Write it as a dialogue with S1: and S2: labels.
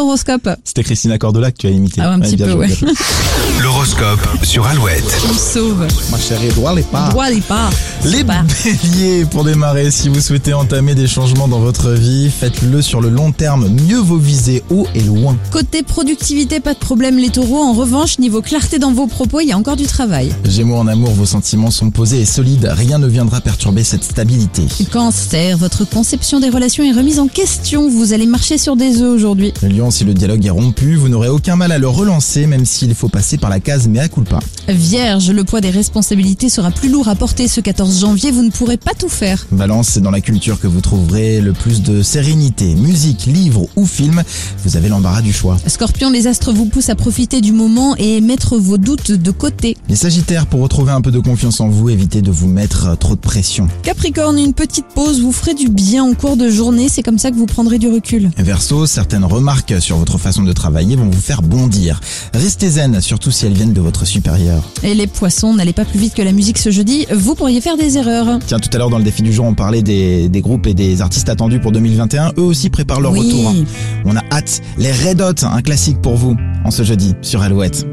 S1: horoscope.
S2: C'était Christina Cordula que tu as imité.
S1: Ah, un petit
S2: bien
S1: peu,
S2: joué,
S1: ouais.
S2: bien joué.
S3: L'horoscope sur Alouette.
S1: Il sauve.
S2: Ma chérie, dois les pas.
S1: Droit les pas.
S2: Les
S1: Pas.
S2: béliers, pour démarrer, si vous souhaitez entamer des changements dans votre vie, faites-le sur le long terme. Mieux vaut viser haut et loin.
S1: Côté productivité, pas de problème les taureaux. En revanche, niveau clarté dans vos propos, il y a encore du travail.
S2: Gémeaux en amour, vos sentiments sont posés et solides. Rien ne viendra perturber cette stabilité.
S1: Cancer, votre conception des relations est remise en question. Vous allez marcher sur des œufs aujourd'hui.
S2: Lion, si le dialogue est rompu, vous n'aurez aucun mal à le relancer, même s'il faut passer par la case mais à culpa.
S1: Vierge, le poids des responsabilités sera plus lourd à porter ce 14 janvier. Vous ne pourrez pas tout faire.
S2: Balance, c'est dans la culture que vous trouverez le plus de sérénité. Musique, livre ou film, vous avez l'embarras du choix.
S1: Scorpion, les astres vous poussent à profiter du moment et mettre vos doutes de côté.
S2: Les Sagittaires, pour retrouver un peu de confiance en vous, évitez de vous mettre euh, trop de pression.
S1: Capricorne, une petite pause vous ferez du bien en cours de journée. C'est comme ça que vous prendrez du recul.
S2: Verseau, certaines remarques sur votre façon de travailler vont vous faire bondir. Restez zen, surtout si elles viennent de votre supérieur.
S1: Et les poissons, n'allez pas plus vite que la musique ce jeudi, vous pourriez faire des erreurs.
S2: Tiens, tout à l'heure dans le défi du jour, on parlait des, des groupes et des artistes attendus pour 2021. Eux aussi préparent leur
S1: Oui.
S2: retour. hein. On a hâte. Les Red Hot, un classique pour vous, en ce jeudi sur Alouette.